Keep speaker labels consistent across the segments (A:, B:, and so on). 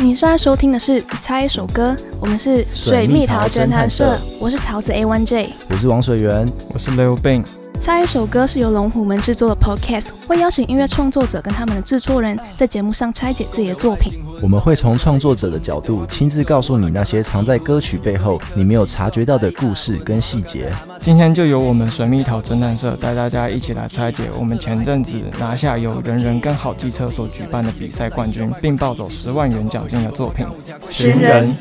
A: 你现在收听的是猜一首歌，我们是
B: 水蜜桃侦探社
A: 我是桃子 A One J。
B: 我是王水源，
C: 我是 Lil Bang，
A: 猜一首歌是由龙虎门制作的 Podcast，会邀请音乐创作者跟他们的制作人在节目上拆解自己的作品。
B: 我们会从创作者的角度亲自告诉你那些藏在歌曲背后你没有察觉到的故事跟细节。
C: 今天就由我们水蜜桃侦探社带大家一起来拆解我们前阵子拿下由人人跟好机车所举办的比赛冠军，并抱走十万元奖金的作品《
A: 寻人》。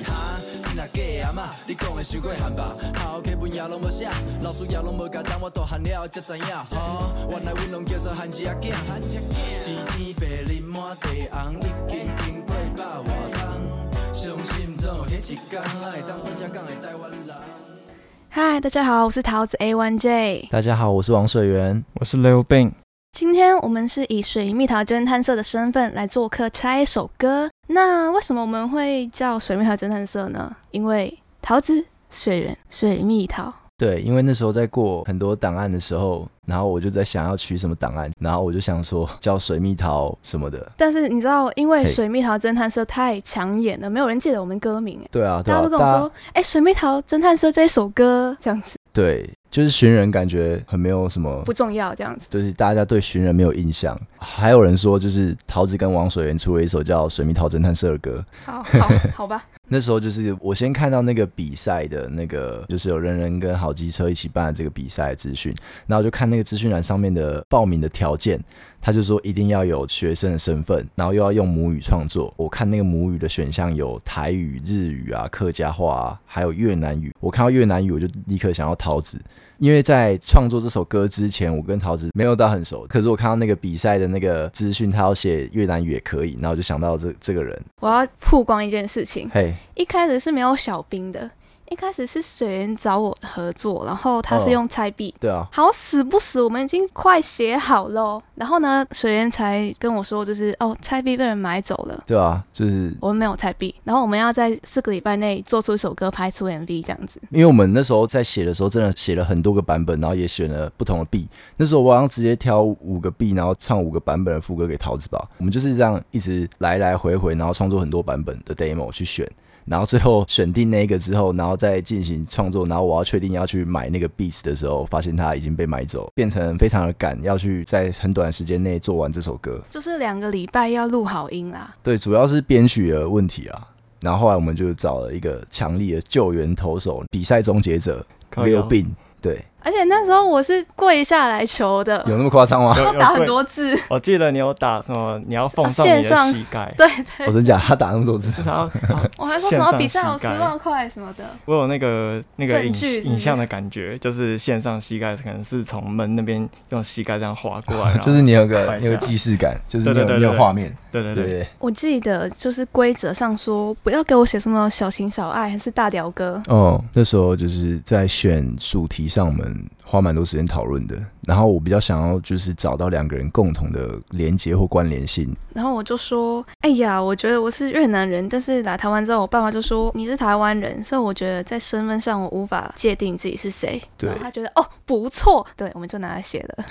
A: 嗨，大家好，我是桃子 A One J。
B: 大家好，我是王水源。
C: 我是 Lil Bang，
A: 今天我们是以水蜜桃侦探社的身份来做客拆一首歌。那为什么我们会叫水蜜桃侦探社呢？因为桃子、水源、水蜜桃。
B: 对，因为那时候在过很多档案的时候，然后我就在想要取什么档案，然后我就想说叫水蜜桃什么的。
A: 但是你知道，因为
B: 嘿
A: 水蜜桃侦探社太抢眼了，没有人记得我们歌名哎。
B: 对啊，对
A: 大家
B: 啊，
A: 都跟我说，哎、水蜜桃侦探社》这一首歌 这样子
B: 对，就是寻人感觉很没有什么
A: 不，重要，这样子。
B: 就是大家对寻人没有印象。还有人说，就是桃子跟王水源出了一首叫《水蜜桃侦探社》的歌，
A: 好，好，好吧。
B: 那时候就是我先看到那个比赛的那个，就是有人人跟好机车一起办的这个比赛的资讯，然后我就看那个资讯栏上面的报名的条件，他就说一定要有学生的身份，然后又要用母语创作。我看那个母语的选项有台语、日语啊、客家话啊，还有越南语。我看到越南语，我就立刻想要桃子，因为在创作这首歌之前，我跟桃子没有到很熟，可是我看到那个比赛的那个资讯，他要写越南语也可以，然后我就想到这这个人，
A: 我要曝光一件事情，
B: 嘿，
A: 一开始是没有小兵的，一开始是水源找我合作，然后他是
B: 哦
A: 用猜币。
B: 对啊，
A: 好死不死，我们已经快写好喽。然后呢，水源才跟我说，就是哦，猜币被人买走了，
B: 对啊，就是
A: 我们没有猜币。然后我们要在四个礼拜内做出一首歌，拍出 MV 这样子。
B: 因为我们那时候在写的时候，真的写了很多个版本，然后也选了不同的 B。那时候我好像直接挑五个 B，然后唱五个版本的副歌给桃子吧。我们就是这样一直来来回回，然后创作很多版本的 demo 去选，然后最后选定那个之后，然后再进行创作。然后我要确定要去买那个 beats 的时候，发现它已经被买走，变成非常的赶，要去在很短的时间内做完这首歌。
A: 就是两个礼拜要录好音啦。
B: 对，主要是编曲的问题啊。然后后来我们就找了一个强力的救援投手，比赛终结者
C: 靠
B: 刘
C: 腰
B: 病。对，
A: 而且那时候我是跪下来求的，
B: 有那么夸张 吗？
A: 要 打很多字，
C: 我记得你有打什么？你要奉上
A: 啊
C: 你
A: 线上
C: 的膝盖，
A: 对
B: 我真假？他打那么 多字，
C: 然后啊
A: 我还说什么比赛有
C: 线上膝
A: 十
C: 盖
A: 万块什么的，
C: 我有那个那个
A: 证
C: 影
A: 据是不是
C: 影像的感觉，就是线上膝盖可能是从门那边用膝盖这样划过来，然后
B: 就是你有个
C: 摆一
B: 你
C: 下
B: 有个既视 感，就是你
C: 对
B: 有
C: 对对
B: 你有
C: 对
B: 画面，
C: 对对
B: 对
C: 对，
B: 对。
A: 我记得就是规则上说不要给我写什么小情小爱还是大屌哥，
B: 哦，那时候就是在选主题上，我们花蛮多时间讨论的。然后我比较想要就是找到两个人共同的连接或关联 性。
A: 然后我就说，哎呀，我觉得我是越南人，但是来台湾之后，我爸妈就说你是台湾人，所以我觉得在身份上我无法界定自己是谁。
B: 对
A: 然后他觉得哦不错，对，我们就拿来写了。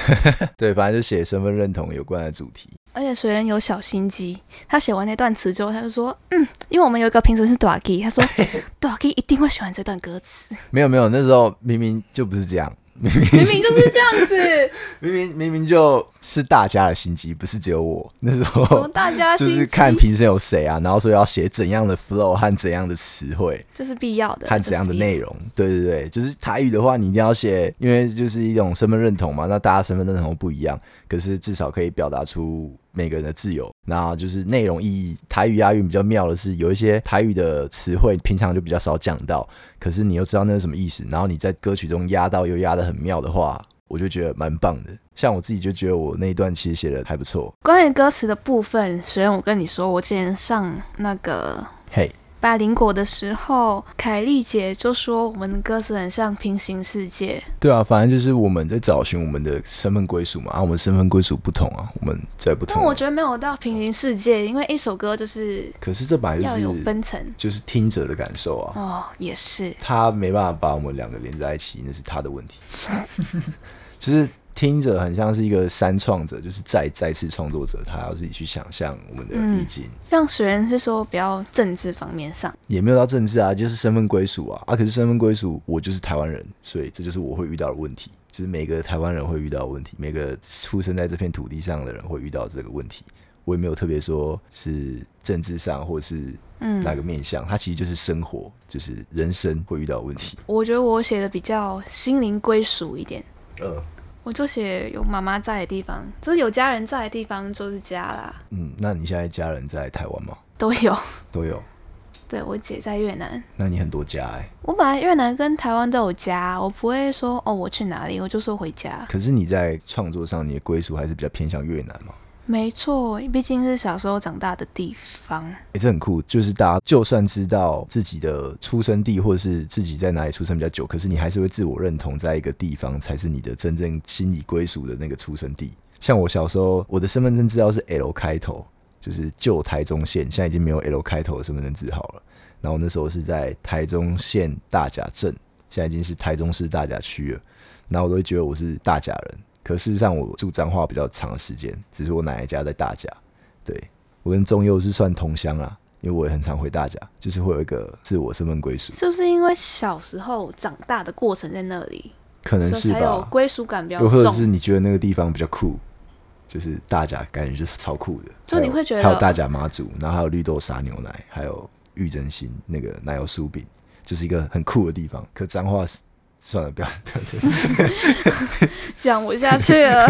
B: 对，反正就写身份认同有关的主题。
A: 而且水源有小心机，他写完那段词之后，他就说，嗯，因为我们有一个评审是 d a g 他说 d a g 一定会喜欢这段歌词，
B: 没有没有，那时候明明就不是这样，明明
A: 明明就是这样子，
B: 明明明明就是大家的心机，不是只有我。那时
A: 什么
B: 候
A: 大家
B: 哦就
A: 心
B: 是
A: 机
B: 看评审有谁啊，然后说要写怎样的 flow 和怎样的词汇。
A: 这是必要的，
B: 和怎样的内容？对对对，就是台语的话，你一定要写，因为就是一种身份认同嘛。那大家身份认同不一样，可是至少可以表达出每个人的自由。那就是内容意义，台语押韵比较妙的是，有一些台语的词汇平常就比较少讲到，可是你又知道那是什么意思，然后你在歌曲中压到又压得很妙的话，我就觉得蛮棒的。像我自己就觉得我那一段其实写的还不错。
A: 关于歌词的部分，虽然我跟你说，我之前上那个
B: 嘿、
A: 百灵果的时候，凯丽姐就说我们的歌词很像平行世界。
B: 对啊，反正就是我们在找寻我们的身份归属嘛，啊，我们身份归属不同啊，我们在不
A: 但
B: 同
A: 我。觉得没有到平行世界，因为一首歌就是
B: 可是这本来
A: 要
B: 就
A: 有
B: 是
A: 分层。
B: 就是听者的感受啊，
A: 哦，也是。
B: 他没办法把我们两个连在一起，那是他的问题。就是听着很像是一个三创者，就是再再次创作者，他要自己去想象我们的
A: 嗯
B: 意境，
A: 像水源是说比较政治方面上，
B: 也没有到政治啊，就是身份归属啊啊！可是身份归属，我就是台湾人，所以这就是我会遇到的问题，就是每个台湾人会遇到的问题，每个出生在这片土地上的人会遇到这个问题。我也没有特别说是政治上或是
A: 嗯，
B: 哪个面向，它其实就是生活，就是人生会遇到的问题。
A: 我觉得我写的比较心灵归属一点，
B: 嗯
A: 我就写有妈妈在的地方，就是有家人在的地方就是家啦，
B: 嗯，那你现在家人在台湾吗？
A: 都有。
B: 都有，嗯
A: 对我姐在越南，
B: 那你很多家哎、
A: 我本来越南跟台湾都有家，我不会说哦我去哪里，我就说回家。
B: 可是你在创作上，你的归属还是比较偏向越南嘛？
A: 没错，毕竟是小时候长大的地方。
B: 也、这很酷，就是大家就算知道自己的出生地或者是自己在哪里出生比较久，可是你还是会自我认同在一个地方才是你的真正心理归属的那个出生地。像我小时候，我的身份证字号是 L 开头，就是旧台中县，现在已经没有 L 开头的身份证字号了。然后那时候是在台中县大甲镇，现在已经是台中市大甲区了。然后我都会觉得我是大甲人，可事实上我住彰化比较长的时间，只是我奶奶家在大甲。对我跟中佑是算同乡啦，因为我也很常回大甲，就是会有一个自我身份归属，
A: 是不是因为小时候长大的过程在那里，
B: 可能
A: 所以
B: 是
A: 才有
B: 吧。
A: 归属感比较
B: 又或者是
A: 重？
B: 你觉得那个地方比较酷，就是大甲感觉就是超酷的。
A: 就你
B: 还有
A: 会觉得
B: 还有大甲妈祖，然后还有绿豆沙牛奶，还有玉珍心那个奶油酥饼，就是一个很酷的地方。可彰化是算了，不要
A: 讲不下去 了，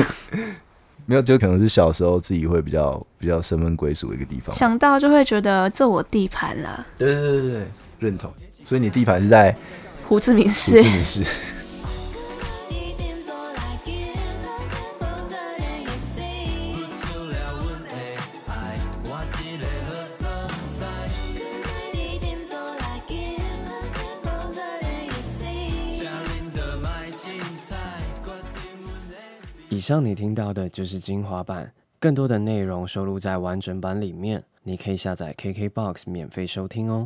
B: 没有，就可能是小时候自己会比较比较身份归属的一个地方。
A: 想到就会觉得这我地盘啦，
B: 对对对对对，认同。所以你地盘是在
A: 胡志明
B: 胡
A: 市
B: 志。明市。
D: 以上你听到的就是精华版，更多的内容收录在完整版里面，你可以下载 KKBOX 免费收听哦。